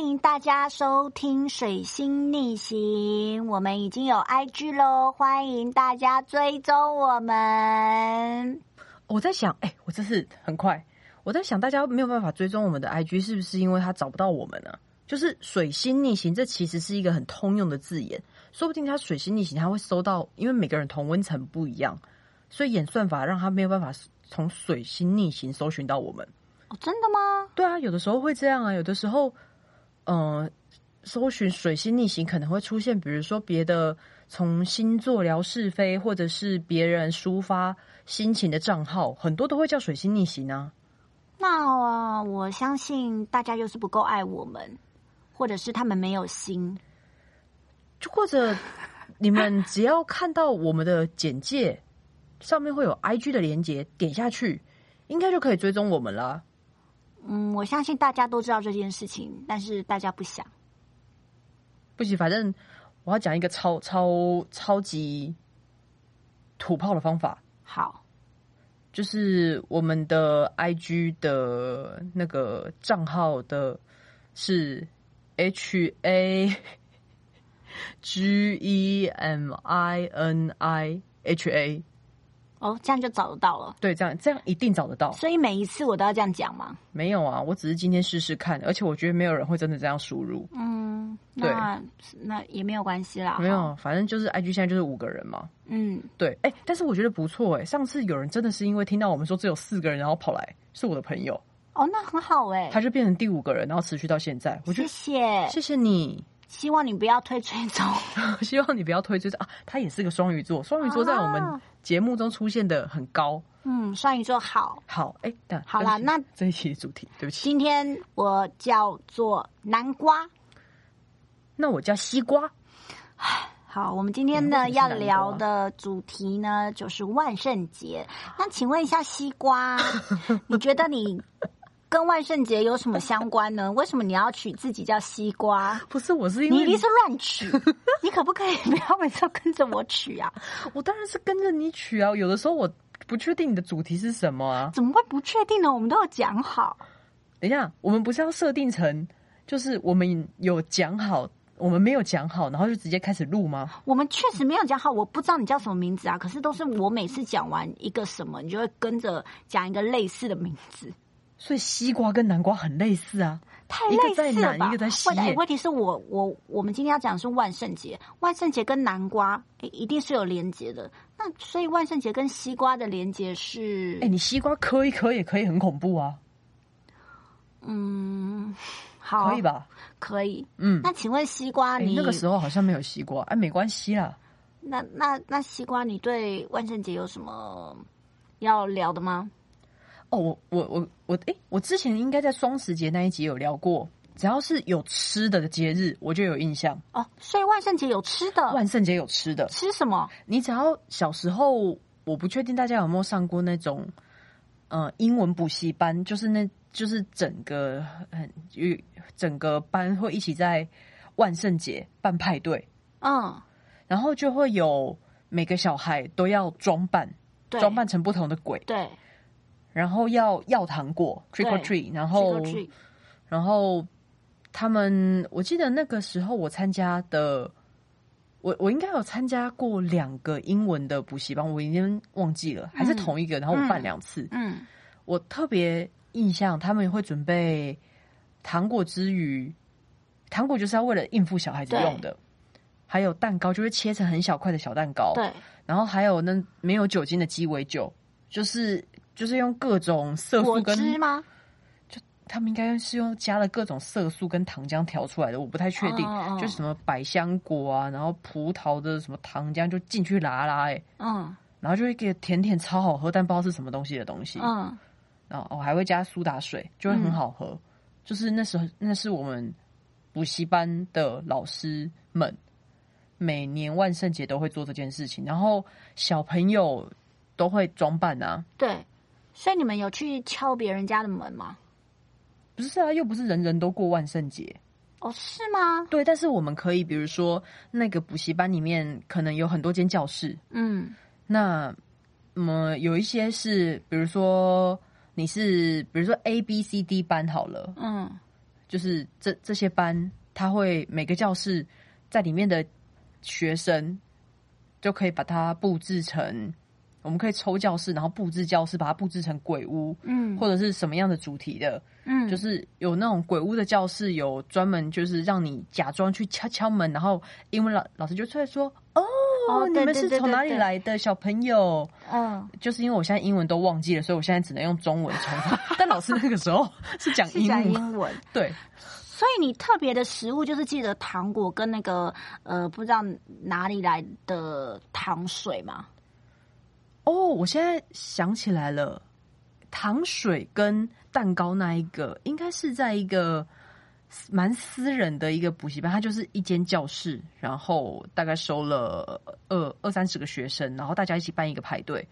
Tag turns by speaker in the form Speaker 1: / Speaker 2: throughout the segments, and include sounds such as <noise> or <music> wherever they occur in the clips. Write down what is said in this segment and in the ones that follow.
Speaker 1: 迎大家收听《水星逆行》，我们已经有 IG 喽，欢迎大家追踪我们。
Speaker 2: 我在想，哎、我真是很快，我在想，大家没有办法追踪我们的 IG，是不是因为他找不到我们呢、就是水星逆行，这其实是一个很通用的字眼，说不定他水星逆行，他会搜到，因为每个人同温层不一样，所以演算法让他没有办法从水星逆行搜寻到我们。
Speaker 1: 哦，真的吗？
Speaker 2: 对啊，有的时候会这样啊，有的时候，嗯、搜寻水星逆行可能会出现，比如说别的从星座聊是非，或者是别人抒发心情的账号，很多都会叫水星逆行啊。
Speaker 1: 那、呃我相信大家就是不够爱我们，或者是他们没有心。
Speaker 2: 就或者你们只要看到我们的简介上面会有 IG 的连接，点下去应该就可以追踪我们啦。
Speaker 1: 嗯，我相信大家都知道这件事情，但是大家不想。
Speaker 2: 不行，反正我要讲一个超超超级土炮的方法，
Speaker 1: 好，
Speaker 2: 就是我们的 IG 的那个账号的是 H A G E M I N I H A，
Speaker 1: 哦，这样就找得到了。
Speaker 2: 对，这样这样一定找得到。
Speaker 1: 所以每一次我都要这样讲吗？
Speaker 2: 没有啊，我只是今天试试看，而且我觉得没有人会真的这样输入。
Speaker 1: 嗯，
Speaker 2: 对
Speaker 1: 那那也没有关系啦。
Speaker 2: 没
Speaker 1: 哈，
Speaker 2: 有，啊反正就是 IG 现在就是五个人嘛。
Speaker 1: 嗯，
Speaker 2: 对，哎、但是我觉得不错哎、上次有人真的是因为听到我们说只有四个人，然后跑来，是我的朋友，
Speaker 1: 哦，那很好哎、
Speaker 2: 他就变成第五个人，然后持续到现在。我觉
Speaker 1: 谢
Speaker 2: 得
Speaker 1: 谢，
Speaker 2: 谢谢你，
Speaker 1: 希望你不要退追
Speaker 2: <laughs>
Speaker 1: 踪。
Speaker 2: 希望你不要推这啊。他也是个双鱼座，双鱼座在我们
Speaker 1: 啊
Speaker 2: 节目中出现的很高。
Speaker 1: 嗯，双鱼座好。
Speaker 2: 好，哎、等
Speaker 1: 好啦
Speaker 2: 对不起
Speaker 1: 那
Speaker 2: 这一期的主题，对不起，
Speaker 1: 今天我叫做南瓜。
Speaker 2: 那我叫西瓜。
Speaker 1: 好，我们今天
Speaker 2: 嗯为
Speaker 1: 呢
Speaker 2: 什么是
Speaker 1: 要
Speaker 2: 南瓜
Speaker 1: 聊的主题呢就是万圣节。那请问一下西
Speaker 2: <laughs>
Speaker 1: 瓜，你觉得你跟万圣节有什么相关呢？为什么你要取自己叫西瓜？
Speaker 2: 不是，我是因
Speaker 1: 你一
Speaker 2: 为
Speaker 1: 定是乱
Speaker 2: <laughs>
Speaker 1: 取，你可不可以不要每次都跟着我取啊？
Speaker 2: 我当然是跟着你取啊。有的时候我不确定你的主题是什么啊。
Speaker 1: 怎么会不确定呢？我们都有讲好。
Speaker 2: 等一下，我们不是要设定成，就是我们有讲好，我们没有讲好，然后就直接开始录吗？
Speaker 1: 我们确实没有讲好，我不知道你叫什么名字啊。可是都是我每次讲完一个什么，你就会跟着讲一个类似的名字，
Speaker 2: 所以西瓜跟南瓜很类似啊。
Speaker 1: 太
Speaker 2: 一个
Speaker 1: 类
Speaker 2: 在
Speaker 1: 似了
Speaker 2: 南
Speaker 1: 吧？
Speaker 2: 一个在西
Speaker 1: 问哎
Speaker 2: 耶
Speaker 1: 问题是我我我们今天要讲的是万圣节，万圣节跟南瓜、哎一定是有连结的。那所以万圣节跟西瓜的连结是
Speaker 2: 哎、，你西瓜磕一磕也可以很恐怖啊，
Speaker 1: 嗯，好，
Speaker 2: 可以？吧？
Speaker 1: 可以。
Speaker 2: 嗯，
Speaker 1: 那请问西瓜
Speaker 2: 哎、
Speaker 1: 你，
Speaker 2: 那个时候好像没有西瓜，哎、没关系啦。
Speaker 1: 那那那西瓜，你对万圣节有什么要聊的吗？
Speaker 2: 哦，我我我我，哎、我之前应该在双十节那一集有聊过，只要是有吃的的节日，我就有印象。
Speaker 1: 哦，所以万圣节有吃的，
Speaker 2: 万圣节有吃的，
Speaker 1: 吃什么？
Speaker 2: 你只要小时候，我不确定大家有没有上过那种，呃，英文补习班，就是那，就是整个很，与整个班会一起在万圣节办派对，
Speaker 1: 嗯，
Speaker 2: 然后就会有每个小孩都要装扮，
Speaker 1: 对，
Speaker 2: 装扮成不同的鬼，
Speaker 1: 对，
Speaker 2: 然后要要糖果 trick or
Speaker 1: 对
Speaker 2: treat，然
Speaker 1: trick
Speaker 2: 后
Speaker 1: or treat
Speaker 2: 然后他们，我记得那个时候我参加的，我我应该有参加过两个英文的补习班，我已经忘记了，还是同一个，然后我办两次。
Speaker 1: 嗯，
Speaker 2: 我特别印象，他们会准备糖果之余，糖果就是要为了应付小孩子
Speaker 1: 对
Speaker 2: 用的，还有蛋糕就会切成很小块的小蛋糕，
Speaker 1: 对，
Speaker 2: 然后还有那没有酒精的鸡尾酒，就是就是用各种色素
Speaker 1: 果
Speaker 2: 跟
Speaker 1: 汁吗？
Speaker 2: 他们应该是用加了各种色素跟糖浆调出来的，我不太确定，
Speaker 1: 嗯嗯嗯
Speaker 2: 就是什么百香果啊，然后葡萄的什么糖浆就进去拉拉哎、欸
Speaker 1: 嗯
Speaker 2: 然后就会给甜甜超好喝，但不知道是什么东西的东西，
Speaker 1: 嗯，
Speaker 2: 然后我还会加苏打水，就会很好喝。就是那时候，那是我们补习班的老师们每年万圣节都会做这件事情，然后小朋友都会装扮啊，
Speaker 1: 对。所以你们有去敲别人家的门吗？
Speaker 2: 不是啊，又不是人人都过万圣节。
Speaker 1: 哦，是吗？
Speaker 2: 对，但是我们可以，比如说那个补习班里面可能有很多间教室，
Speaker 1: 嗯
Speaker 2: 那么、嗯、有一些是，比如说你是，比如说 A B C D 班好了，
Speaker 1: 嗯
Speaker 2: 就是这这些班，他会每个教室在里面的学生就可以把它布置成，我们可以抽教室，然后布置教室，把它布置成鬼屋
Speaker 1: 嗯
Speaker 2: 或者是什么样的主题的，
Speaker 1: 嗯，
Speaker 2: 就是有那种鬼屋的教室，有专门就是让你假装去敲敲门，然后英文老老师就出来说：“哦，
Speaker 1: 哦
Speaker 2: 你
Speaker 1: 对
Speaker 2: 们
Speaker 1: 对
Speaker 2: 是
Speaker 1: 对
Speaker 2: 从
Speaker 1: 对
Speaker 2: 哪里
Speaker 1: 对
Speaker 2: 来的小朋友
Speaker 1: 嗯，？”
Speaker 2: 就是因为我现在英文都忘记了，所以我现在只能用中文重复。
Speaker 1: <laughs>
Speaker 2: 但老师那个时候是讲
Speaker 1: 是
Speaker 2: 英
Speaker 1: 讲
Speaker 2: 文，
Speaker 1: 英文，
Speaker 2: 对
Speaker 1: 所以你特别的食物就是记得糖果跟那个呃不知道哪里来的糖水嘛，
Speaker 2: 哦，我现在想起来了，糖水跟蛋糕那一个应该是在一个。蛮私人的一个补习班，它就是一间教室，然后大概收了二二三十个学生，然后大家一起办一个派对。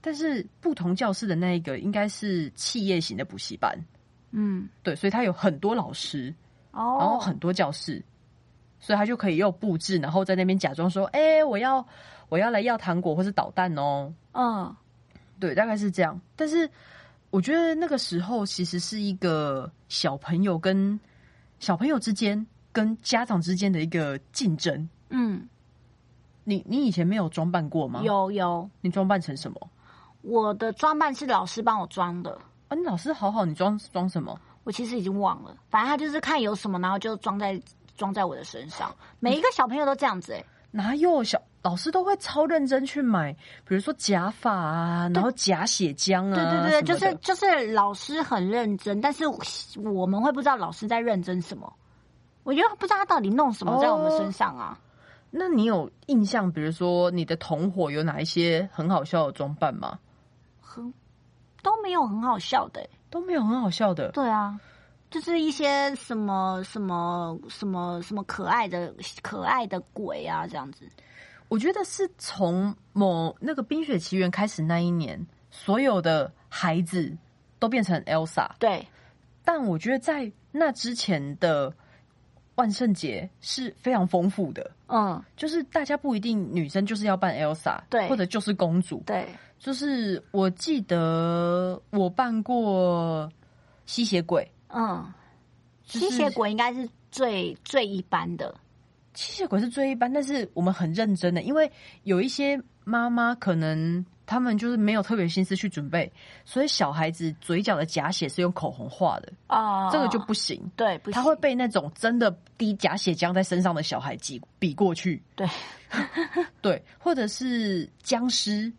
Speaker 2: 但是不同教室的那一个应该是企业型的补习班，
Speaker 1: 嗯，
Speaker 2: 对，所以它有很多老师，
Speaker 1: 哦，
Speaker 2: 然后很多教室，所以他就可以又布置，然后在那边假装说：“哎、我要我要来要糖果或是捣蛋哦。
Speaker 1: 嗯”
Speaker 2: 对，大概是这样。但是我觉得那个时候其实是一个小朋友跟小朋友之间跟家长之间的一个竞争。
Speaker 1: 嗯，
Speaker 2: 你你以前没有装扮过吗？，
Speaker 1: 有有，
Speaker 2: 你装扮成什么？
Speaker 1: 我的装扮是老师帮我装的，
Speaker 2: 啊，你老师好好，你装装什么？
Speaker 1: 我其实已经忘了，反正他就是看有什么，然后就装在装在我的身上，每一个小朋友都这样子、欸，
Speaker 2: 哪有小老师都会超认真去买，比如说假发啊，然后假血浆啊，
Speaker 1: 对对对，就
Speaker 2: 什么
Speaker 1: 是
Speaker 2: 的
Speaker 1: 就是老师很认真，但是我们会不知道老师在认真什么，我觉得不知道他到底弄什么在我们
Speaker 2: 哦
Speaker 1: 身上啊。
Speaker 2: 那你有印象，比如说你的同伙有哪一些很好笑的装扮吗？
Speaker 1: 很都没有很好笑的欸、
Speaker 2: 都没有很好笑的。
Speaker 1: 对啊，就是一些什么什么什么什么可爱的可爱的鬼啊，这样子。
Speaker 2: 我觉得是从某那个《冰雪奇缘》开始那一年，所有的孩子都变成 Elsa，
Speaker 1: 对，
Speaker 2: 但我觉得在那之前的万圣节是非常丰富的。
Speaker 1: 嗯，
Speaker 2: 就是大家不一定女生就是要扮 Elsa，
Speaker 1: 对
Speaker 2: 或者就是公主，
Speaker 1: 对，
Speaker 2: 就是我记得我扮过吸血鬼，
Speaker 1: 嗯，
Speaker 2: 就是
Speaker 1: 吸血鬼应该是最最一般的。
Speaker 2: 吸血鬼是最一般，但是我们很认真的，因为有一些妈妈可能他们就是没有特别心思去准备，所以小孩子嘴角的假血是用口红画的，
Speaker 1: 哦，
Speaker 2: 这个就不行。
Speaker 1: 对，不
Speaker 2: 他
Speaker 1: 行
Speaker 2: 会被那种真的滴假血浆在身上的小孩挤比过去，
Speaker 1: 对，
Speaker 2: 对，或者是僵尸。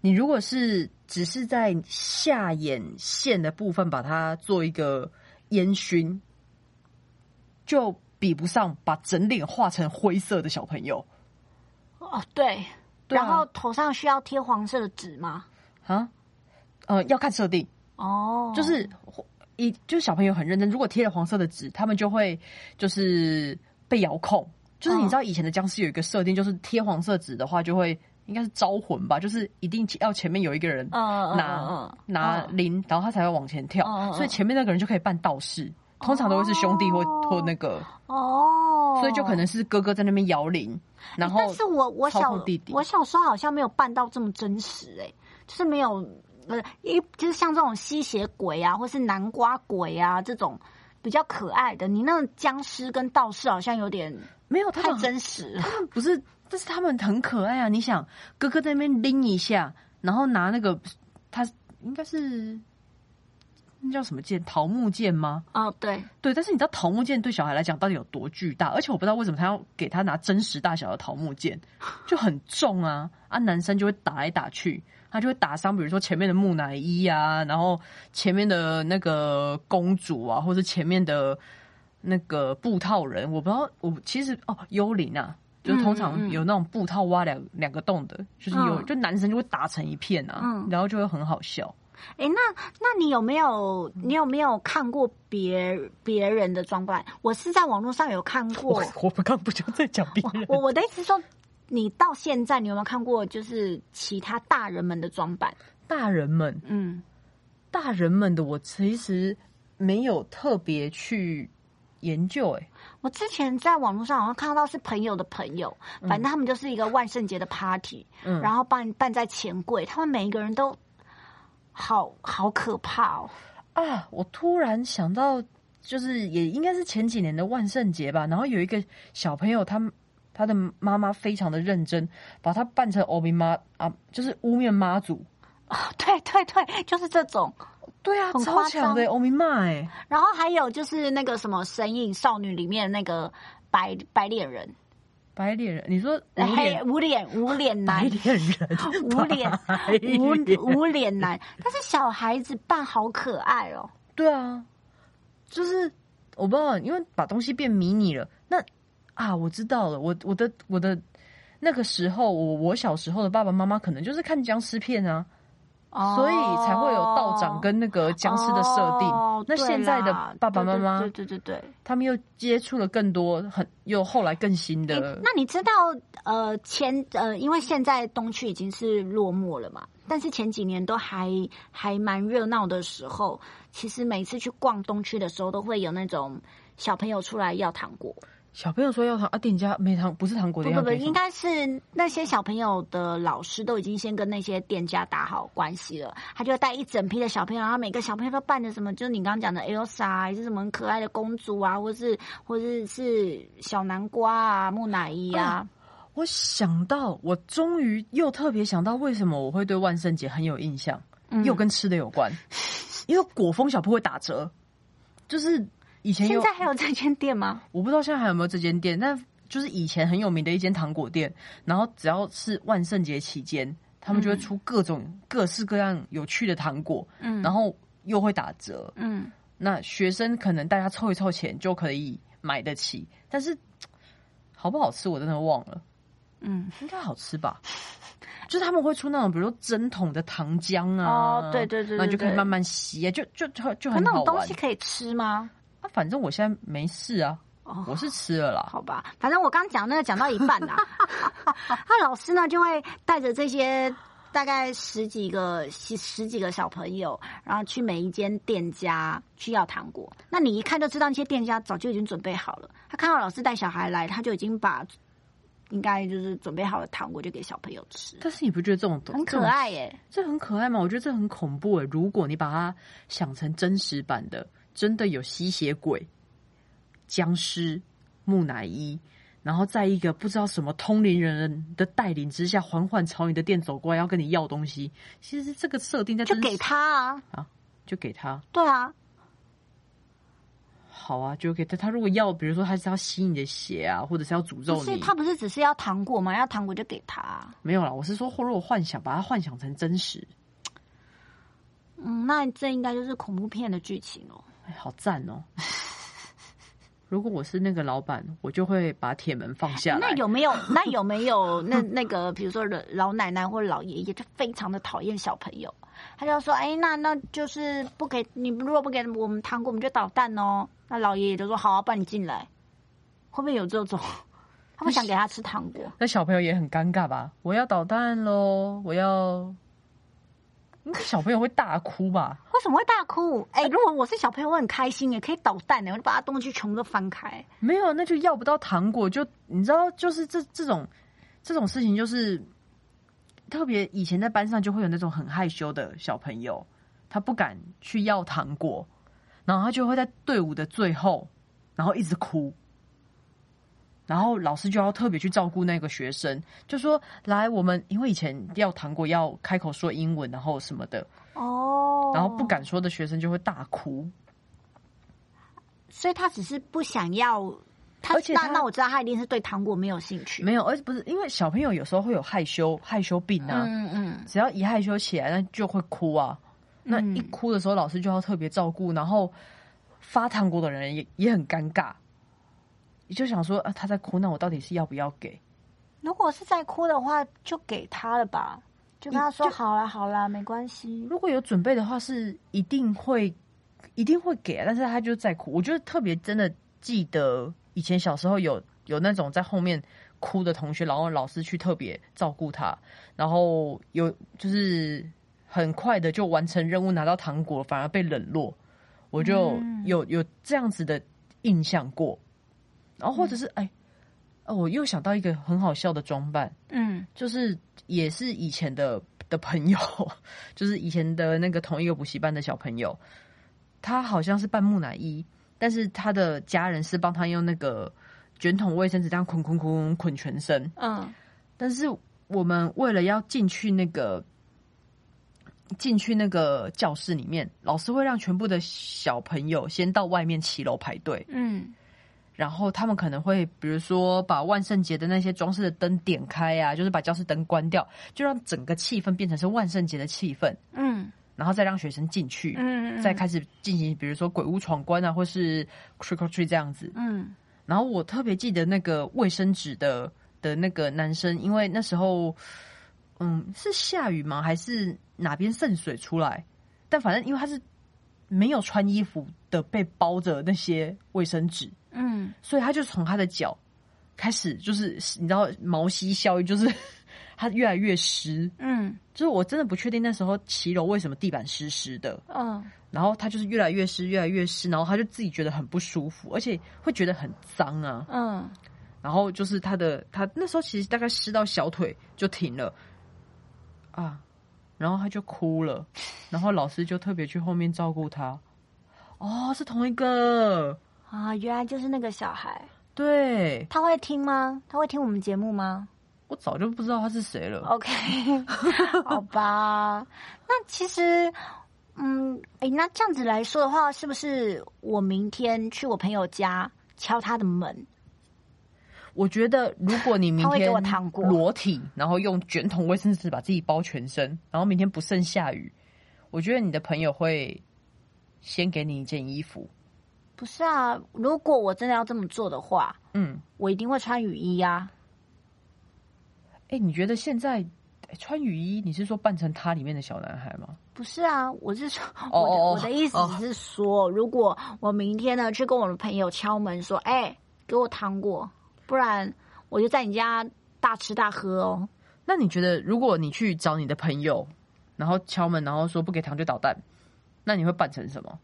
Speaker 2: 你如果是只是在下眼线的部分把它做一个烟熏，就比不上把整脸画成灰色的小朋友
Speaker 1: 哦对。
Speaker 2: 对啊
Speaker 1: 然后头上需要贴黄色的纸吗？
Speaker 2: 啊。呃，要看设定，
Speaker 1: 哦，
Speaker 2: 就是一就是小朋友很认真，如果贴了黄色的纸，他们就会就是被遥控。就是
Speaker 1: 嗯
Speaker 2: 你知道以前的僵尸有一个设定，就是贴黄色纸的话就会应该是招魂吧，就是一定要前面有一个人
Speaker 1: 嗯嗯
Speaker 2: 拿、
Speaker 1: 嗯嗯
Speaker 2: 拿铃，然后他才会往前跳，
Speaker 1: 嗯嗯嗯
Speaker 2: 所以前面那个人就可以扮道士。通常都会是兄弟或、
Speaker 1: 哦
Speaker 2: 或那个，
Speaker 1: 哦，
Speaker 2: 所以就可能是哥哥在那边摇铃，然后
Speaker 1: 但是我我
Speaker 2: 操
Speaker 1: 小
Speaker 2: 控弟弟
Speaker 1: 我小时候好像没有办到这么真实哎、就是没有呃，一就是像这种吸血鬼啊，或是南瓜鬼啊这种比较可爱的，你那种僵尸跟道士好像有点
Speaker 2: 没有他
Speaker 1: 太
Speaker 2: 们
Speaker 1: 真实了。
Speaker 2: 他们不是，但是他们很可爱啊！你想，哥哥在那边拎一下，然后拿那个，他应该是那叫什么剑？桃木剑吗？
Speaker 1: 哦，对，
Speaker 2: 对，但是你知道桃木剑对小孩来讲到底有多巨大？而且我不知道为什么他要给他拿真实大小的桃木剑，就很重啊！啊，男生就会打来打去，他就会打伤，比如说前面的木乃伊啊，然后前面的那个公主啊，或者前面的那个布套人，我不知道，我其实哦，幽灵啊。就是通
Speaker 1: 嗯
Speaker 2: 常
Speaker 1: 嗯
Speaker 2: 有那种布套挖两两个洞的，就是有
Speaker 1: 嗯
Speaker 2: 就男生就会打成一片啊，
Speaker 1: 嗯
Speaker 2: 然后就会很好笑。
Speaker 1: 哎、那那你有没有你有没有看过别别人的装扮？我是在网络上有看过
Speaker 2: 我， <laughs> 我们刚不就在讲别人？
Speaker 1: 我我的意思是说，你到现在你有没有看过就是其他大人们的装扮？
Speaker 2: 大人们
Speaker 1: 嗯，
Speaker 2: 大人们的，我其实没有特别去研究、欸，
Speaker 1: 我之前在网络上好像看到是朋友的朋友，反正他们就是一个万圣节的 party，、
Speaker 2: 嗯
Speaker 1: 然后办办在钱柜，他们每一个人都好好可怕哦。 <laughs>
Speaker 2: 啊，我突然想到就是也应该是前几年的万圣节吧，然后有一个小朋友他。他的妈妈非常的认真，把他扮成欧米妈啊，就是污蔑妈祖。
Speaker 1: 啊，对对对，就是这种。
Speaker 2: 对啊，
Speaker 1: 很
Speaker 2: 超
Speaker 1: 夸
Speaker 2: 强的
Speaker 1: 张
Speaker 2: 欧米妈哎，
Speaker 1: 然后还有就是那个什么《神隐少女》里面那个白白脸人，呃
Speaker 2: 白脸人，你说无
Speaker 1: 黑
Speaker 2: 脸
Speaker 1: 无脸无脸男，
Speaker 2: 白脸人，
Speaker 1: 无脸
Speaker 2: 白
Speaker 1: 无
Speaker 2: 脸
Speaker 1: 无脸男。但是小孩子扮好可爱哦，
Speaker 2: 对啊，就是我不知道，因为把东西变迷你了。那啊，我知道了，我我的我的那个时候，我我小时候的爸爸妈妈可能就是看僵尸片啊，
Speaker 1: 哦
Speaker 2: 所以才会有道长跟那个僵尸的设定。
Speaker 1: 哦
Speaker 2: 那
Speaker 1: 对
Speaker 2: 现在的
Speaker 1: 啦
Speaker 2: 爸爸
Speaker 1: 对
Speaker 2: 妈
Speaker 1: 对
Speaker 2: 妈，
Speaker 1: 对对对对。
Speaker 2: 他们又接触了更多很又后来更新的，
Speaker 1: 那你知道呃前呃，因为现在东区已经是落寞了嘛，但是前几年都还还蛮热闹的时候，其实每次去逛东区的时候，都会有那种小朋友出来要糖果，
Speaker 2: 小朋友说要糖啊，店家没糖，不是糖果
Speaker 1: 不
Speaker 2: 的
Speaker 1: 不
Speaker 2: 样
Speaker 1: 不，
Speaker 2: 子。
Speaker 1: 应该是那些小朋友的老师都已经先跟那些店家打好关系了，他就带一整批的小朋友，然后每个小朋友都扮着什么，就是你刚刚讲的 Elsa 啊还是什么很可爱的公主啊，或是或是是小南瓜啊、木乃伊啊，
Speaker 2: 我想到，我终于又特别想到为什么我会对万圣节很有印象，
Speaker 1: 嗯
Speaker 2: 又跟吃的有
Speaker 1: <laughs>
Speaker 2: 关，因为果风小铺会打折，就是以前
Speaker 1: 现
Speaker 2: 有
Speaker 1: 在还有这间店
Speaker 2: <laughs>
Speaker 1: 吗？
Speaker 2: 我不知道现在还有没有这间店，但就是以前很有名的一间糖果店，然后只要是万圣节期间，他们就会出各种、各式各样有趣的糖果，
Speaker 1: 嗯
Speaker 2: 然后又会打折，
Speaker 1: 嗯，
Speaker 2: 那学生可能大家凑一凑钱就可以买得起，但是好不好吃我真的忘了。
Speaker 1: 嗯，
Speaker 2: 应该好吃吧？ <laughs> 就是他们会出那种，比如说针筒的糖浆啊，
Speaker 1: 哦对对对对
Speaker 2: 那你就可以
Speaker 1: 对
Speaker 2: 慢慢吸啊，就就就就
Speaker 1: 可
Speaker 2: 很
Speaker 1: 那
Speaker 2: 好
Speaker 1: 种东
Speaker 2: 玩
Speaker 1: 西。可以吃吗？
Speaker 2: 啊，反正我现在没事啊，
Speaker 1: 哦
Speaker 2: 我是吃了啦。
Speaker 1: 好吧，反正我刚讲那个讲到一
Speaker 2: <laughs>
Speaker 1: 半啦、那老师呢就会带着这些大概十几个十十几个小朋友，然后去每一间店家去要糖果。那你一看就知道，那些店家早就已经准备好了。他看到老师带小孩来，他就已经把应该就是准备好的糖果就给小朋友吃，
Speaker 2: 但是你不觉得这种东
Speaker 1: 很
Speaker 2: 这
Speaker 1: 可
Speaker 2: 种
Speaker 1: 爱耶、
Speaker 2: 这很可爱吗？我觉得这很恐怖诶、欸如果你把它想成真实版的，真的有吸血鬼、僵尸、木乃伊，然后在一个不知道什么通灵人的带领之下，缓缓朝你的店走过来，要跟你要东西。其实这个设定在
Speaker 1: 就
Speaker 2: 真
Speaker 1: 给
Speaker 2: 实
Speaker 1: 他啊，
Speaker 2: 就给他，
Speaker 1: 对啊，
Speaker 2: 好啊，就给他。他如果要，比如说他是要吸你的血啊，或者是要诅
Speaker 1: 不
Speaker 2: 咒
Speaker 1: 是
Speaker 2: 你，
Speaker 1: 他不是只是要糖果吗？要糖果就给他啊、
Speaker 2: 没有啦。我是说，或如果幻想，把它幻想成真实，
Speaker 1: 嗯，那这应该就是恐怖片的剧情哦。
Speaker 2: 哎，好赞哦、 <laughs> 如果我是那个老板，我就会把铁门放下来。
Speaker 1: 那有
Speaker 2: <laughs>
Speaker 1: 没有那有没有那那个，比如说老老奶奶或老爷爷，就非常的讨厌小朋友，他就说：“哎，那那就是不给你，如果不给我们糖果，我们就捣蛋哦。”那老爷爷就说：“好、啊，不然你进来。”会不会有这种？他们想给他吃糖果，
Speaker 2: 那小朋友也很尴尬吧？我要捣蛋喽！我要，应该小朋友会大哭吧？
Speaker 1: 为什么会大哭？哎、如果我是小朋友，我很开心，也可以捣蛋的，我就把他东西全部都翻开。
Speaker 2: 没有，那就要不到糖果，就你知道，就是这这种这种事情，就是特别以前在班上就会有那种很害羞的小朋友，他不敢去要糖果，然后他就会在队伍的最后，然后一直哭。然后老师就要特别去照顾那个学生，就说来，我们因为以前要糖果要开口说英文，然后什么的，
Speaker 1: 哦，
Speaker 2: 然后不，敢说的学生就会大哭。
Speaker 1: 所以他只是不想要。他
Speaker 2: 而且
Speaker 1: 那
Speaker 2: 他
Speaker 1: 那我知道他一定是对糖果没有兴趣。
Speaker 2: 没有，而且不是因为小朋友有时候会有害羞害羞病啊，
Speaker 1: 嗯嗯，
Speaker 2: 只要一害羞起来，那就会哭啊。那一哭的时候，老师就要特别照顾，然后发糖果的人也也很尴尬，你就想说啊，他在哭，那我到底是要不要给？
Speaker 1: 如果是在哭的话，就给他了吧，就跟他说
Speaker 2: 就
Speaker 1: 好啦好啦，没关系。
Speaker 2: 如果有准备的话，是一定会一定会给啊，但是他就在哭。我就特别真的记得以前小时候有有那种在后面哭的同学，然后老师去特别照顾他，然后有就是很快的就完成任务，拿到糖果，反而被冷落。我就
Speaker 1: 嗯
Speaker 2: 有有这样子的印象过，然后或者是哎、哦，我又想到一个很好笑的装扮，
Speaker 1: 嗯
Speaker 2: 就是也是以前的的朋友， <laughs> 就是以前的那个同一个补习班的小朋友，他好像是扮木乃伊，但是他的家人是帮他用那个卷筒卫生纸这样捆捆捆捆全身。
Speaker 1: 嗯，
Speaker 2: 但是我们为了要进去那个进去那个教室里面，老师会让全部的小朋友先到外面骑楼排队，
Speaker 1: 嗯，
Speaker 2: 然后他们可能会比如说把万圣节的那些装饰的灯点开啊，就是把教室灯关掉，就让整个气氛变成是万圣节的气氛，
Speaker 1: 嗯，
Speaker 2: 然后再让学生进去。
Speaker 1: 嗯，
Speaker 2: 再，开始进行，比如说鬼屋闯关啊，或是 trick or treat 这样子。
Speaker 1: 嗯
Speaker 2: 然后我特别记得那个卫生纸的的那个男生，因为那时候，嗯，是下雨吗？还是哪边渗水出来？但反正因为他是没有穿衣服的，被包着那些卫生纸，
Speaker 1: 嗯，
Speaker 2: 所以他就从他的脚开始，就是你知道毛细效应，就是 <laughs> 他越来越湿。
Speaker 1: 嗯，
Speaker 2: 就是我真的不确定那时候骑楼为什么地板湿湿的，
Speaker 1: 嗯，
Speaker 2: 然后他就是越来越湿，越来越湿，然后他就自己觉得很不舒服，而且会觉得很脏啊。
Speaker 1: 嗯，
Speaker 2: 然后就是他的他那时候其实大概湿到小腿就停了啊，然后他就哭了，然后老师就特别去后面照顾他。哦，是同一个，
Speaker 1: 啊，原来就是那个小孩，
Speaker 2: 对
Speaker 1: 他会听吗？他会听我们节目吗？
Speaker 2: 我早就不知道他是谁了。
Speaker 1: OK，好吧。那其实，嗯，诶，那这样子来说的话，是不是我明天去我朋友家敲他的门？
Speaker 2: 我觉得如果你明
Speaker 1: 他会给
Speaker 2: 天
Speaker 1: 我糖果
Speaker 2: 裸体，然后用卷筒卫生纸把自己包全身，然后明天不慎下雨，我觉得你的朋友会先给你一件衣服。
Speaker 1: 不是啊，如果我真的要这么做的话，
Speaker 2: 嗯，
Speaker 1: 我一定会穿雨衣啊呀、
Speaker 2: 哎、你觉得现在诶穿雨衣，你是说扮成他里面的小男孩吗？
Speaker 1: 不是啊，我是说，
Speaker 2: 哦
Speaker 1: 我的
Speaker 2: 哦
Speaker 1: 我的意思
Speaker 2: 哦
Speaker 1: 只是说，如果我明天呢去跟我的朋友敲门说，哎、给我糖果，不然我就在你家大吃大喝哦。
Speaker 2: 那你觉得，如果你去找你的朋友，然后敲门，然后说不给糖就捣蛋，那你会扮成什么？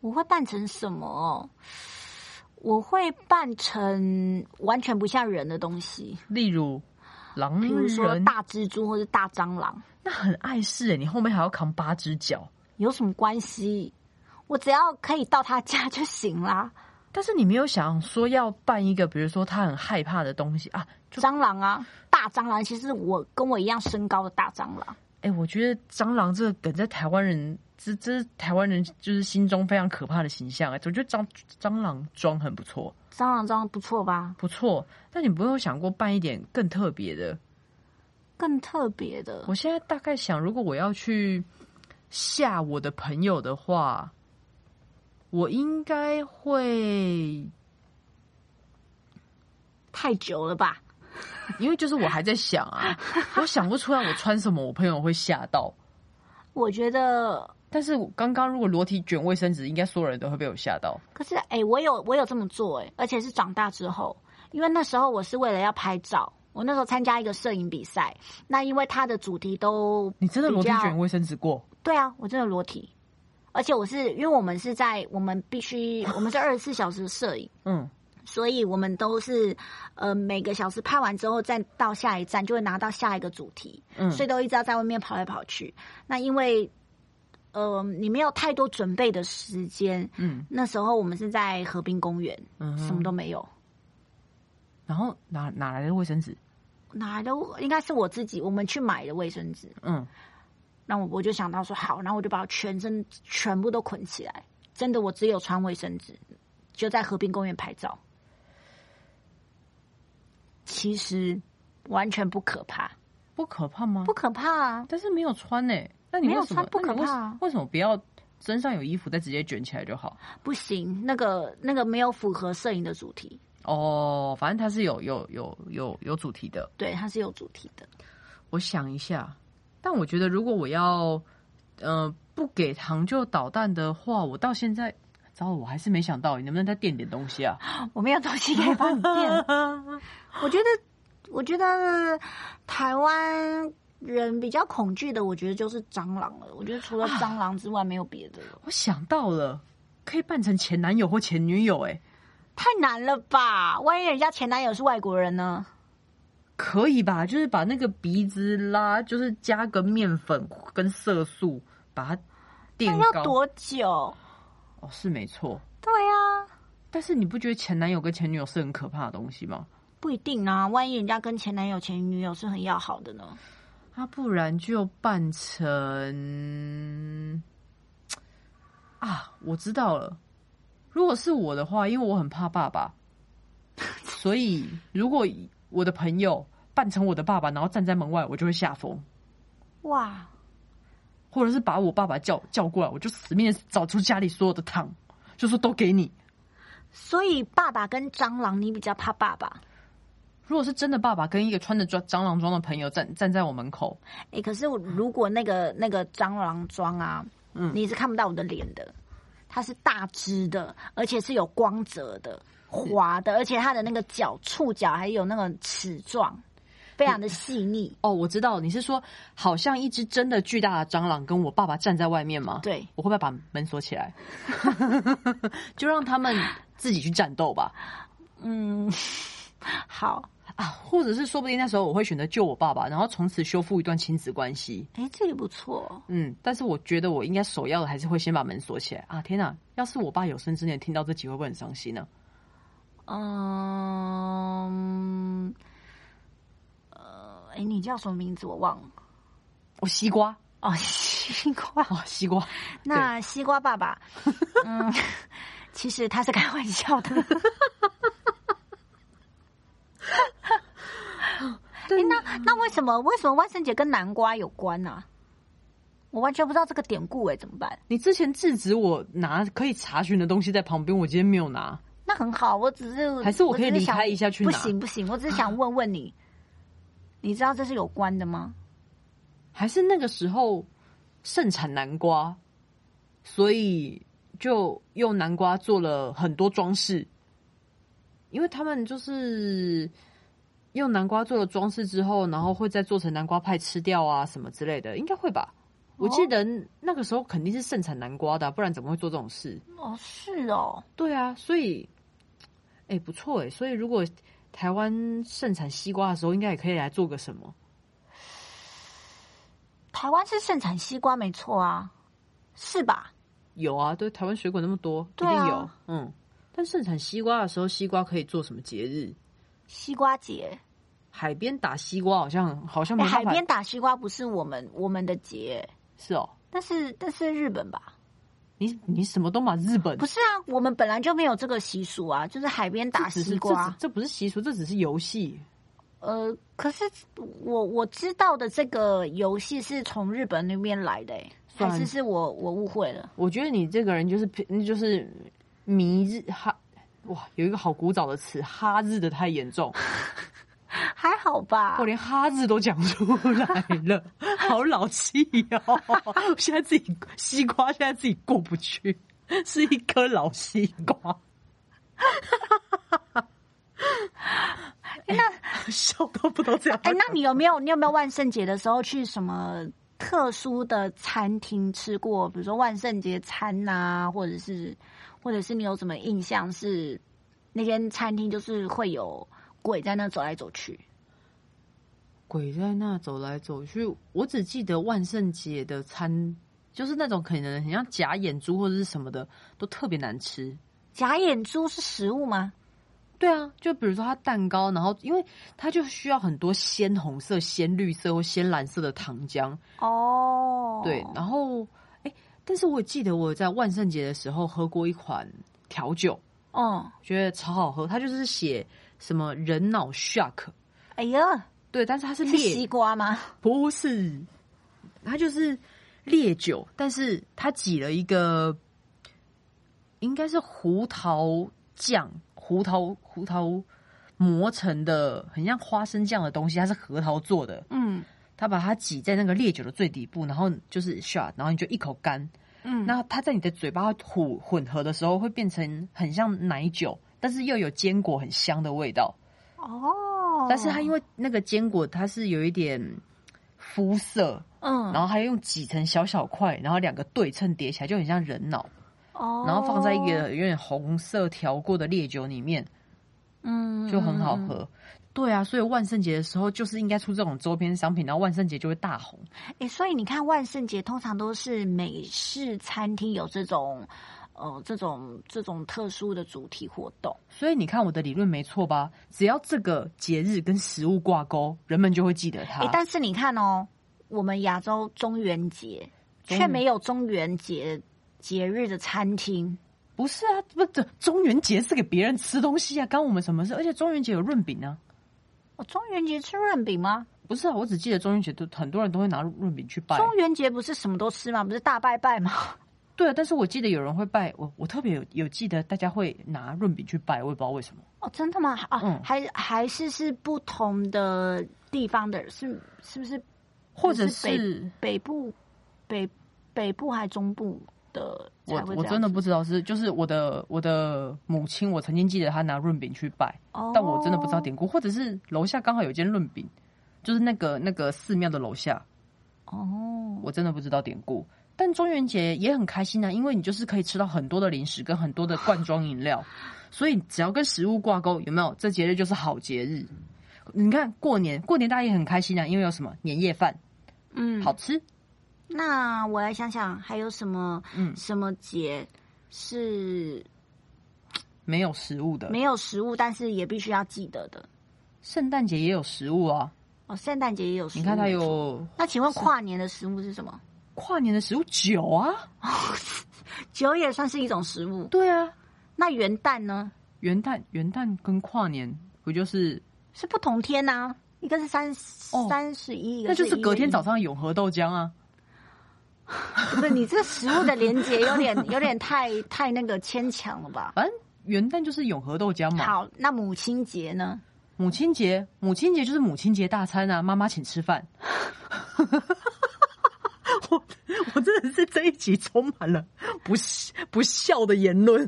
Speaker 1: 我会扮成什么哦？我会扮成完全不像人的东西，
Speaker 2: 例如狼
Speaker 1: 比如说
Speaker 2: 嗯人，
Speaker 1: 大蜘蛛或者大蟑螂，
Speaker 2: 那很碍事哎，你后面还要扛八只脚，
Speaker 1: 有什么关系？我只要可以到他家就行啦。
Speaker 2: 但是你没有想说要办一个，比如说他很害怕的东西啊。就
Speaker 1: 蟑螂啊，大蟑螂，其实我跟我一样身高的大蟑螂，
Speaker 2: 哎、我觉得蟑螂这个梗在台湾人，这这是台湾人就是心中非常可怕的形象哎。我觉得蟑蟑螂装很不错，
Speaker 1: 蟑螂装不错吧？
Speaker 2: 不错。但你没有想过办一点更特别的？
Speaker 1: 更特别的，
Speaker 2: 我现在大概想，如果我要去吓我的朋友的话，我应该会，
Speaker 1: 太久了吧？
Speaker 2: 因为就是我还在想啊，我想不出来我穿什么，我朋友会吓到。
Speaker 1: 我觉得，
Speaker 2: 但是我刚刚如果裸体卷卫生纸，应该所有人都会被我吓到。
Speaker 1: 可是哎、我有我有这么做哎、而且是长大之后，因为那时候我是为了要拍照，我那时候参加一个摄影比赛，那因为它的主题都
Speaker 2: 你真的
Speaker 1: 比
Speaker 2: 裸体
Speaker 1: 较
Speaker 2: 卷卫生纸过？
Speaker 1: 对啊，我真的裸体，而且我是因为我们是在我们必须我们是二十四小时摄影，
Speaker 2: 嗯，
Speaker 1: 所以我们都是呃每个小时拍完之后，再到下一站就会拿到下一个主题，
Speaker 2: 嗯
Speaker 1: 所以都一直要在外面跑来跑去。那因为呃你没有太多准备的时间，
Speaker 2: 嗯
Speaker 1: 那时候我们是在河滨公园，
Speaker 2: 嗯哼
Speaker 1: 什么都没有。
Speaker 2: 然后哪哪来的卫生纸？
Speaker 1: 哪来的？应该是我自己，我们去买的卫生纸。
Speaker 2: 嗯，
Speaker 1: 那我我就想到说好，然后我就把我全身全部都捆起来，真的我只有穿卫生纸，就在河滨公园拍照。其实完全不可怕，
Speaker 2: 不可怕吗？
Speaker 1: 不，可怕啊！
Speaker 2: 但是没有穿呢、那你
Speaker 1: 没有
Speaker 2: 为什么
Speaker 1: 穿不可
Speaker 2: 那你为
Speaker 1: 怕啊
Speaker 2: 为什么不要身上有衣服再直接卷起来就好？
Speaker 1: 不行，那个那个没有符合摄影的主题，
Speaker 2: 哦，反正它是有有有有有主题的。
Speaker 1: 对，它是有主题的。
Speaker 2: 我想一下，但我觉得如果我要，呃，不给糖就捣蛋的话，我到现在，糟了，我还是没想到，你能不能再垫点东西啊？
Speaker 1: 哦我没有东西可以帮你 <laughs> 垫，我觉得，我觉得台湾人比较恐惧的，我觉得就是蟑螂了。我觉得除了蟑螂之外，没有别的了。
Speaker 2: 我想到了，可以扮成前男友或前女友、欸，哎，
Speaker 1: 太难了吧？万一人家前男友是外国人呢？
Speaker 2: 可以吧？就是把那个鼻子拉，就是加个面粉跟色素，把它垫
Speaker 1: 那要
Speaker 2: 高。
Speaker 1: 多久？
Speaker 2: 哦，是没错。
Speaker 1: 对呀、啊，
Speaker 2: 但是你不觉得前男友跟前女友是很可怕的东西吗？
Speaker 1: 不一定啊，万一人家跟前男友、前女友是很要好的呢？
Speaker 2: 啊，不然就扮成啊，我知道了。如果是我的话，因为我很怕爸爸，所以如果我的朋友扮成我的爸爸，然后站在门外，我就会吓疯，
Speaker 1: 哇，
Speaker 2: 或者是把我爸爸叫叫过来，我就死命地找出家里所有的糖，就说都给你。
Speaker 1: 所以爸爸跟蟑螂，你比较怕爸爸？
Speaker 2: 如果是真的爸爸跟一个穿着装蟑螂装的朋友站站在我门口，
Speaker 1: 哎、可是我如果那个那个蟑螂装啊，
Speaker 2: 嗯
Speaker 1: 你是看不到我的脸的，它是大只的，而且是有光泽的、滑的，而且它的那个脚触角还有那个齿状，非常的细腻。
Speaker 2: 哦，我知道你是说好像一只真的巨大的蟑螂跟我爸爸站在外面吗？
Speaker 1: 对，
Speaker 2: 我会不会把门锁起来？ <laughs> 就让他们自己去战斗吧。
Speaker 1: 嗯， <laughs> 好，
Speaker 2: 啊，或者是说不定那时候我会选择救我爸爸，然后从此修复一段亲子关系。
Speaker 1: 哎、这也不错。
Speaker 2: 嗯，但是我觉得我应该首要的还是会先把门锁起来啊！天哪，要是我爸有生之年听到这集，会不会很伤心呢、
Speaker 1: 嗯，呃，哎、你叫什么名字？我忘了。
Speaker 2: 我、西瓜
Speaker 1: 哦， <laughs> 西瓜。
Speaker 2: 啊，西瓜，
Speaker 1: 那西瓜爸
Speaker 2: <laughs>
Speaker 1: 爸，嗯， <laughs> 其实他是开玩笑
Speaker 2: <laughs>
Speaker 1: 的。诶那那为什么为什么万圣节跟南瓜有关呢、我完全不知道这个典故哎、怎么办？
Speaker 2: 你之前制止我拿可以查询的东西在旁边，我今天没有拿。
Speaker 1: 那很好，我只是
Speaker 2: 还是我可以
Speaker 1: 只是想
Speaker 2: 离开一下去拿
Speaker 1: 不行不行，我只是想问问
Speaker 2: <laughs>
Speaker 1: 你，你知道这是有关的吗？
Speaker 2: 还是那个时候盛产南瓜，所以就用南瓜做了很多装饰。因为他们就是用南瓜做了装饰之后，然后会再做成南瓜派吃掉啊什么之类的，应该会吧？我记得那个时候肯定是盛产南瓜的啊、不然怎么会做这种事？
Speaker 1: 哦，是哦，
Speaker 2: 对啊，所以，哎、不错哎、所以如果台湾盛产西瓜的时候，应该也可以来做个什么？
Speaker 1: 台湾是盛产西瓜没错啊，是吧？
Speaker 2: 有啊，对，台湾水果那么多，
Speaker 1: 对啊
Speaker 2: 一定有。嗯，但盛产西瓜的时候，西瓜可以做什么节日？
Speaker 1: 西瓜节，
Speaker 2: 海边打西瓜好像好像没
Speaker 1: 诶
Speaker 2: 办法
Speaker 1: 哎海边打西瓜不是我们我们的节、
Speaker 2: 是哦，
Speaker 1: 但是但是日本吧，
Speaker 2: 你你什么都买日本
Speaker 1: 不是啊，我们本来就没有这个习俗啊，就是海边打
Speaker 2: 这只是
Speaker 1: 西瓜。啊
Speaker 2: 这只这不是习俗，这只是游戏。
Speaker 1: 呃，可是我我知道的这个游戏是从日本那边来的、欸，
Speaker 2: 算
Speaker 1: 还是是我我误会了？
Speaker 2: 我觉得你这个人就是偏就是迷日哈。哇，有一个好古早的词，哈日的太严重，
Speaker 1: 还好吧
Speaker 2: 我，连哈日都讲出来了，好老气哦！我现在自己西瓜，现在自己过不去，是一颗老西
Speaker 1: <laughs>
Speaker 2: 瓜。那 <laughs> 笑到不都这样？
Speaker 1: 哎、那你有没有你有没有万圣节的时候去什么特殊的餐厅吃过？比如说万圣节餐呐、或者是或者是你有什么印象是那间餐厅就是会有鬼在那走来走去？
Speaker 2: 鬼在那走来走去，我只记得万圣节的餐，就是那种可能很像假眼珠或者是什么的，都特别难吃。
Speaker 1: 假眼珠是食物吗？
Speaker 2: 对啊，就比如说它蛋糕，然后因为它就需要很多鲜红色、鲜绿色或鲜蓝色的糖浆，
Speaker 1: 哦，
Speaker 2: 对，然后哎，但是我记得我在万圣节的时候喝过一款调酒，
Speaker 1: 嗯，
Speaker 2: 觉得超好喝。它就是写什么人脑 shark，
Speaker 1: 哎呀，
Speaker 2: 对，但是它是
Speaker 1: 是西
Speaker 2: 烈，
Speaker 1: 瓜吗？
Speaker 2: 不是，它就是烈酒，但是它挤了一个应该是胡桃酱、胡桃胡桃磨成的，很像花生酱的东西，它是核桃做的。
Speaker 1: 嗯
Speaker 2: 它把它挤在那个烈酒的最底部，然后就是 shot，然后你就一口干，
Speaker 1: 嗯，
Speaker 2: 那它在你的嘴巴混混合的时候，会变成很像奶酒，但是又有坚果很香的味道。
Speaker 1: 哦，
Speaker 2: 但是它因为那个坚果它是有一点肤色，
Speaker 1: 嗯，
Speaker 2: 然后还用挤成小小块，然后两个对称叠起来，就很像人脑，
Speaker 1: 哦，
Speaker 2: 然后放在一个有点红色调过的烈酒里面，
Speaker 1: 嗯
Speaker 2: 就很好。喝。对啊，所以万圣节的时候就是应该出这种周边商品，然后万圣节就会大红。
Speaker 1: 哎、所以你看，万圣节通常都是美式餐厅有这种呃这种这种特殊的主题活动。
Speaker 2: 所以你看我的理论没错吧？只要这个节日跟食物挂钩，人们就会记得它。
Speaker 1: 哎、但是你看哦，我们亚洲中元节
Speaker 2: 中
Speaker 1: 却没有中元节节日的餐厅，
Speaker 2: 不是啊，不，这中元节是给别人吃东西啊，干我们什么事？而且中元节有润饼啊，
Speaker 1: 哦，中元节吃润饼吗？
Speaker 2: 不是啊，我只记得中元节都很多人都会拿润饼去拜。啊
Speaker 1: 中元节不是什么都吃吗？不是大拜拜吗？ <laughs>
Speaker 2: 对啊，但是我记得有人会拜我，我特别有有记得大家会拿润饼去拜，我也不知道为什么。
Speaker 1: 哦，真的吗？啊，
Speaker 2: 嗯
Speaker 1: 还还是是不同的地方的，是是不是
Speaker 2: 或者
Speaker 1: 是北
Speaker 2: 是
Speaker 1: 北部、北北部还中部的才
Speaker 2: 我
Speaker 1: 会这样子？
Speaker 2: 我真的不知道是就是我的我的母亲，我曾经记得她拿润饼去拜，
Speaker 1: 哦，
Speaker 2: 但我真的不知道典故，或者是楼下刚好有间润饼，就是那个那个寺庙的楼下，
Speaker 1: 哦。
Speaker 2: 我真的不知道典故。但中元节也很开心啊，因为你就是可以吃到很多的零食跟很多的罐装饮料，所以只要跟食物挂钩，有没有？这节日就是好节日。你看过年，过年大家也很开心啊，因为有什么年夜饭
Speaker 1: 嗯，
Speaker 2: 好吃，
Speaker 1: 那我来想想还有什么
Speaker 2: 嗯，
Speaker 1: 什么节是
Speaker 2: 没有食物的。
Speaker 1: 没有食物，但是也必须要记得的。
Speaker 2: 圣诞节也有食物啊，
Speaker 1: 哦，圣诞节也有食物，
Speaker 2: 你看它
Speaker 1: 没错。
Speaker 2: 有
Speaker 1: 那请问跨年的食物是什么？
Speaker 2: 跨年的食物酒啊，
Speaker 1: 酒也算是一种食物。
Speaker 2: 对啊，
Speaker 1: 那元旦呢？
Speaker 2: 元旦元旦跟跨年不就是
Speaker 1: 是不同天呐、一个是三
Speaker 2: 哦
Speaker 1: 三十一，一
Speaker 2: 那
Speaker 1: 个
Speaker 2: 就是隔天
Speaker 1: 1
Speaker 2: 早上永和豆浆啊？
Speaker 1: 不是你这个食物的连接有点有点
Speaker 2: <laughs>
Speaker 1: 太太那个牵强了吧？
Speaker 2: 反正元旦就是永和豆浆嘛。
Speaker 1: 好，那母亲节呢？
Speaker 2: 母亲节，母亲节就是母亲节大餐啊，妈妈请吃饭。 <laughs> 我我真的是这一集充满了 <laughs> 不不孝的言论。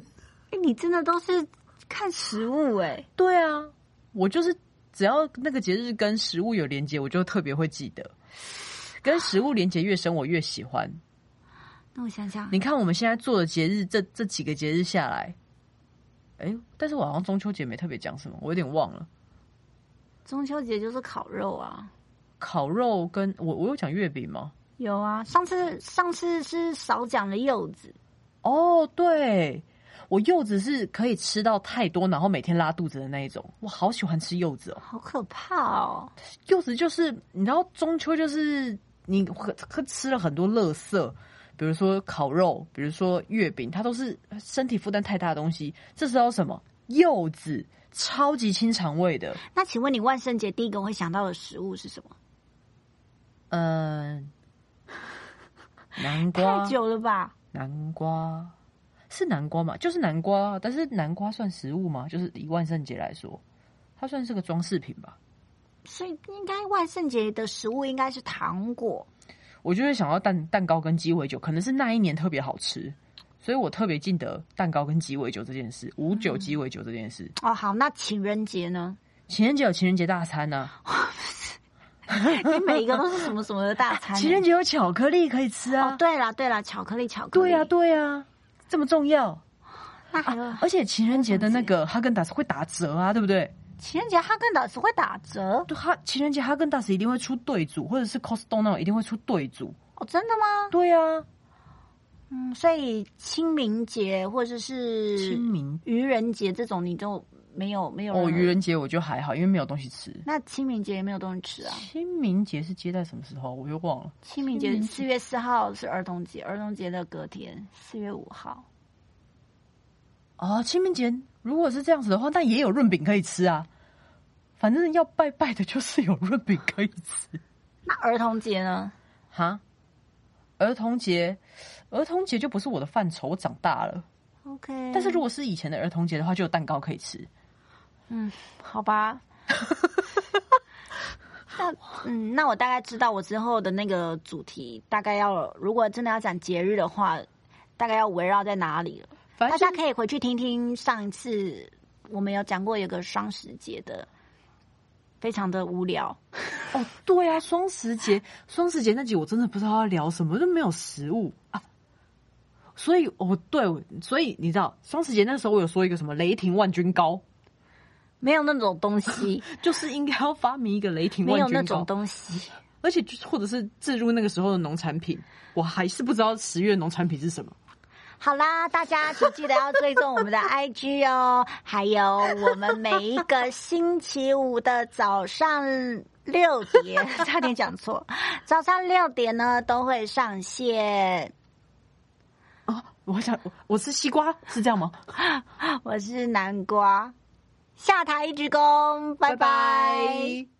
Speaker 1: 哎，你真的都是看食物哎、
Speaker 2: 对啊，我就是只要那个节日跟食物有连结，我就特别会记得。跟食物连结越深，我越喜欢。
Speaker 1: 那我想想，
Speaker 2: 你看我们现在做的节日，这这几个节日下来，哎、但是我好像中秋节没特别讲什么，我有点忘了。
Speaker 1: 中秋节就是烤肉啊，
Speaker 2: 烤肉跟我我有讲月饼吗？
Speaker 1: 有啊。上次上次是少讲了柚子，
Speaker 2: 哦，对，我柚子是可以吃到太多，然后每天拉肚子的那一种。我好喜欢吃柚子哦，
Speaker 1: 好可怕哦！
Speaker 2: 柚子就是你知道中秋就是你会会吃了很多垃圾，比如说烤肉，比如说月饼，它都是身体负担太大的东西。这时候什么柚子超级清肠胃的，
Speaker 1: 那请问你万圣节第一个会想到的食物是什么？
Speaker 2: 嗯、南瓜
Speaker 1: 太久了吧？
Speaker 2: 南瓜是南瓜嘛？就是南瓜啊，但是南瓜算食物吗？就是以万圣节来说，它算是个装饰品吧。
Speaker 1: 所以应该万圣节的食物应该是糖果。
Speaker 2: 我就会想到蛋蛋糕跟鸡尾酒，可能是那一年特别好吃，所以我特别记得蛋糕跟鸡尾酒这件事，五九鸡尾酒这件事。
Speaker 1: 哦，好，那情人节呢？ <laughs>
Speaker 2: 情人节有情人节大餐啊呢、
Speaker 1: 你每一个都是什么什么的大餐、
Speaker 2: <laughs> 情人节有巧克力可以吃啊。
Speaker 1: 哦，对啦对啦，巧克力巧克力。
Speaker 2: 对呀、啊对呀、这么重要。
Speaker 1: 那还有、
Speaker 2: 而且情人节的那 <laughs> 个哈根达斯会打折啊，对不对？
Speaker 1: 情人节哈根达斯会打折
Speaker 2: 对哈，情人节哈根达斯一定会出对组，或者是 Costco 那种一定会出对组。
Speaker 1: 哦，真的吗？
Speaker 2: 对啊，
Speaker 1: 嗯，所以清明节或者是
Speaker 2: 清明
Speaker 1: 愚人节这种你就没有没有
Speaker 2: 嗯哦，
Speaker 1: 任何
Speaker 2: 愚人节我就还好，因为没有东西吃。
Speaker 1: 那清明节也没有东西吃啊。
Speaker 2: 清明节是接在什么时候？我又忘了。
Speaker 1: 清明节
Speaker 2: 清明节
Speaker 1: 四月四号是儿童节，儿童节的隔天四月五号。
Speaker 2: 哦，清明节如果是这样子的话，那也有润饼可以吃啊。反正要拜拜的，就是有润饼可以吃。
Speaker 1: 那儿童节呢？
Speaker 2: 哈，儿童节，儿童节就不是我的范畴，我长大了。
Speaker 1: OK，
Speaker 2: 但是如果是以前的儿童节的话，就有蛋糕可以吃。嗯
Speaker 1: 嗯好
Speaker 2: <laughs>
Speaker 1: 吧。那嗯，那我大概知道我之后的那个主题，大概要如果真的要讲节日的话，大概要围绕在哪里了？
Speaker 2: 反
Speaker 1: 大家
Speaker 2: 正就是
Speaker 1: 可以回去听听上一次我们有讲过有个双十节的，非常的无聊。
Speaker 2: 哦，对啊，双十节，双十节那集我真的不知道要聊什么，就没有食物啊。所以，哦，对，所以你知道，双十节那时候我有说一个什么雷霆万钧膏，
Speaker 1: 没有那种东 <laughs> 西，
Speaker 2: 就是应该要发明一个雷霆
Speaker 1: 没
Speaker 2: 万
Speaker 1: 有那
Speaker 2: 钧
Speaker 1: 种
Speaker 2: 膏，
Speaker 1: 东西。
Speaker 2: 而且就是或者是置入那个时候的农产品，我还是不知道十月农产品是什么。
Speaker 1: 好啦，大家请记得要追踪我们 <laughs> 的 IG 哦，还有我们每一个星期五的早上。六 <laughs> 点，差点讲错。早上六点呢都会上线。
Speaker 2: 哦，我想我我吃西瓜是这样吗？
Speaker 1: 我是南瓜，下台一鞠躬，拜拜。
Speaker 2: 拜